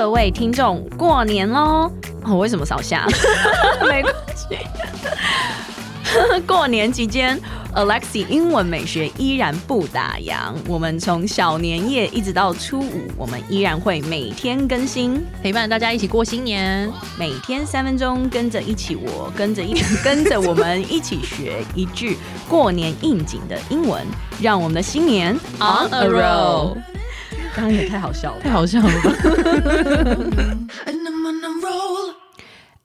哦位听众过年喽！哦，为什么少 下？没关系。 过年期间，Alexi 英文美学依然不打烊。我们从小年夜一直到初五，我们依然会每天更新，陪伴大家一起过新年。每天三分钟，跟着一起我，跟着一起跟着我们一起学一句过年应景的英文，让我们的新年 On a roll，刚刚也太好笑了太。好笑了吧？ And I'm on a roll.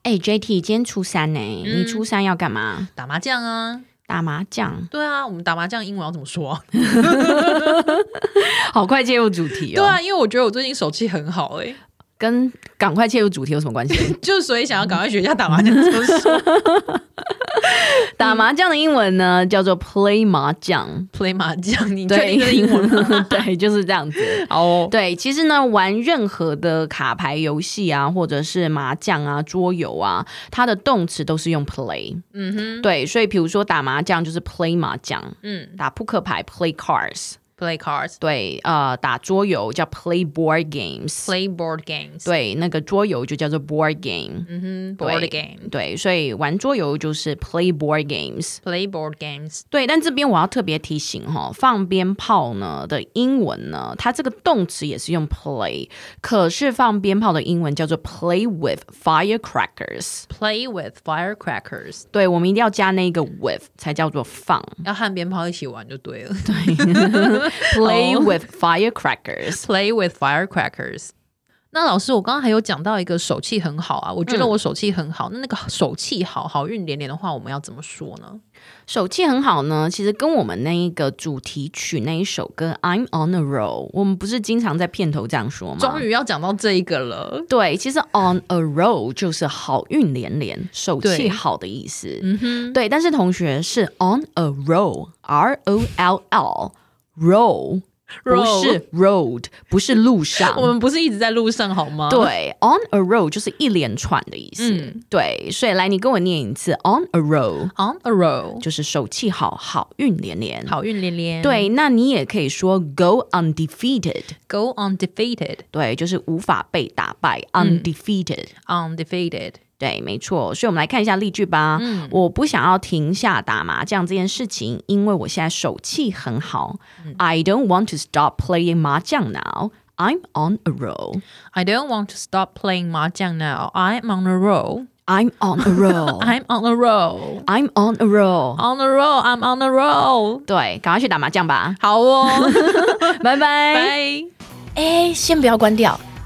哎、j t 今天初三呢、你嗯初三要干嘛？ 打麻将啊，打麻将，对啊，我们打麻将英文要怎么说啊、好快切入主题哦。 对啊，，因为我觉得我最近手气很好哎、跟赶快切入主题有什么关 系？就所以想要赶快学一下打麻将怎么说 打麻将的英文呢叫做 play 麻将， ，play 麻将，你确对，定这是英文吗？ 对，就是这样子。 好哦，对，其实呢，玩任何的卡牌游戏啊，或者是麻将啊、桌游啊，它的动词都是用 play。嗯哼，对，所以比如说打麻将就是 play 麻将，嗯打扑克牌 play cards， ，play cards。对，呃，打桌游叫 play board games。 Play board games，，对，那个桌游就叫做 board game。嗯哼对，board game，play 对，所以玩桌游就是 play board games。 board games，对，但这边我要特别提醒哈、放鞭炮呢的英文呢，它这个动词也是用 play，可是放鞭炮的英文叫做 play with firecrackers。 play with firecrackers，对，我们一定要加那个 with 才叫做放要和鞭炮一起玩就 对了。 ，play 哦 with firecrackers。 play with firecrackers。那老师，我刚刚还有讲到一个手气很好啊，我觉得我手气很好。那那个手气好，好运连连的话，我们要怎么说呢？手气很好呢，其实跟我们那一个主题曲那一首歌 I'm on a roll，我们不是经常在片头这样说吗？终于要讲到这一个了。对，其实 on a roll 就是好运连连、手气对好的意思。嗯哼，对，但是同学是 on a roll，R O L L roll，不 Roll 是 road，不是路上。我们不是一直在路上好吗？，对，on a roll 就是一连串的意思。嗯对，所以来你跟我念一次，on a roll ，on a roll，就是手气好，好运连连。好运连连。对，那你也可以说 go undefeated， ，go undefeated，undefeated。对，就是无法被打败，undefeated。对，没错，所以我们来看一下例句吧。我不想要停下打麻将这件事情，因为我现在手气很好。I don't want to stop playing 麻将 now. I'm on a roll. I don't want to stop playing mahjong now. I'm on a roll. I'm on a roll. I'm on a roll. I'm on a roll. On a roll. I'm on a roll. 对，赶快去打麻将吧，好哦， 拜拜。拜。哎，先不要关掉，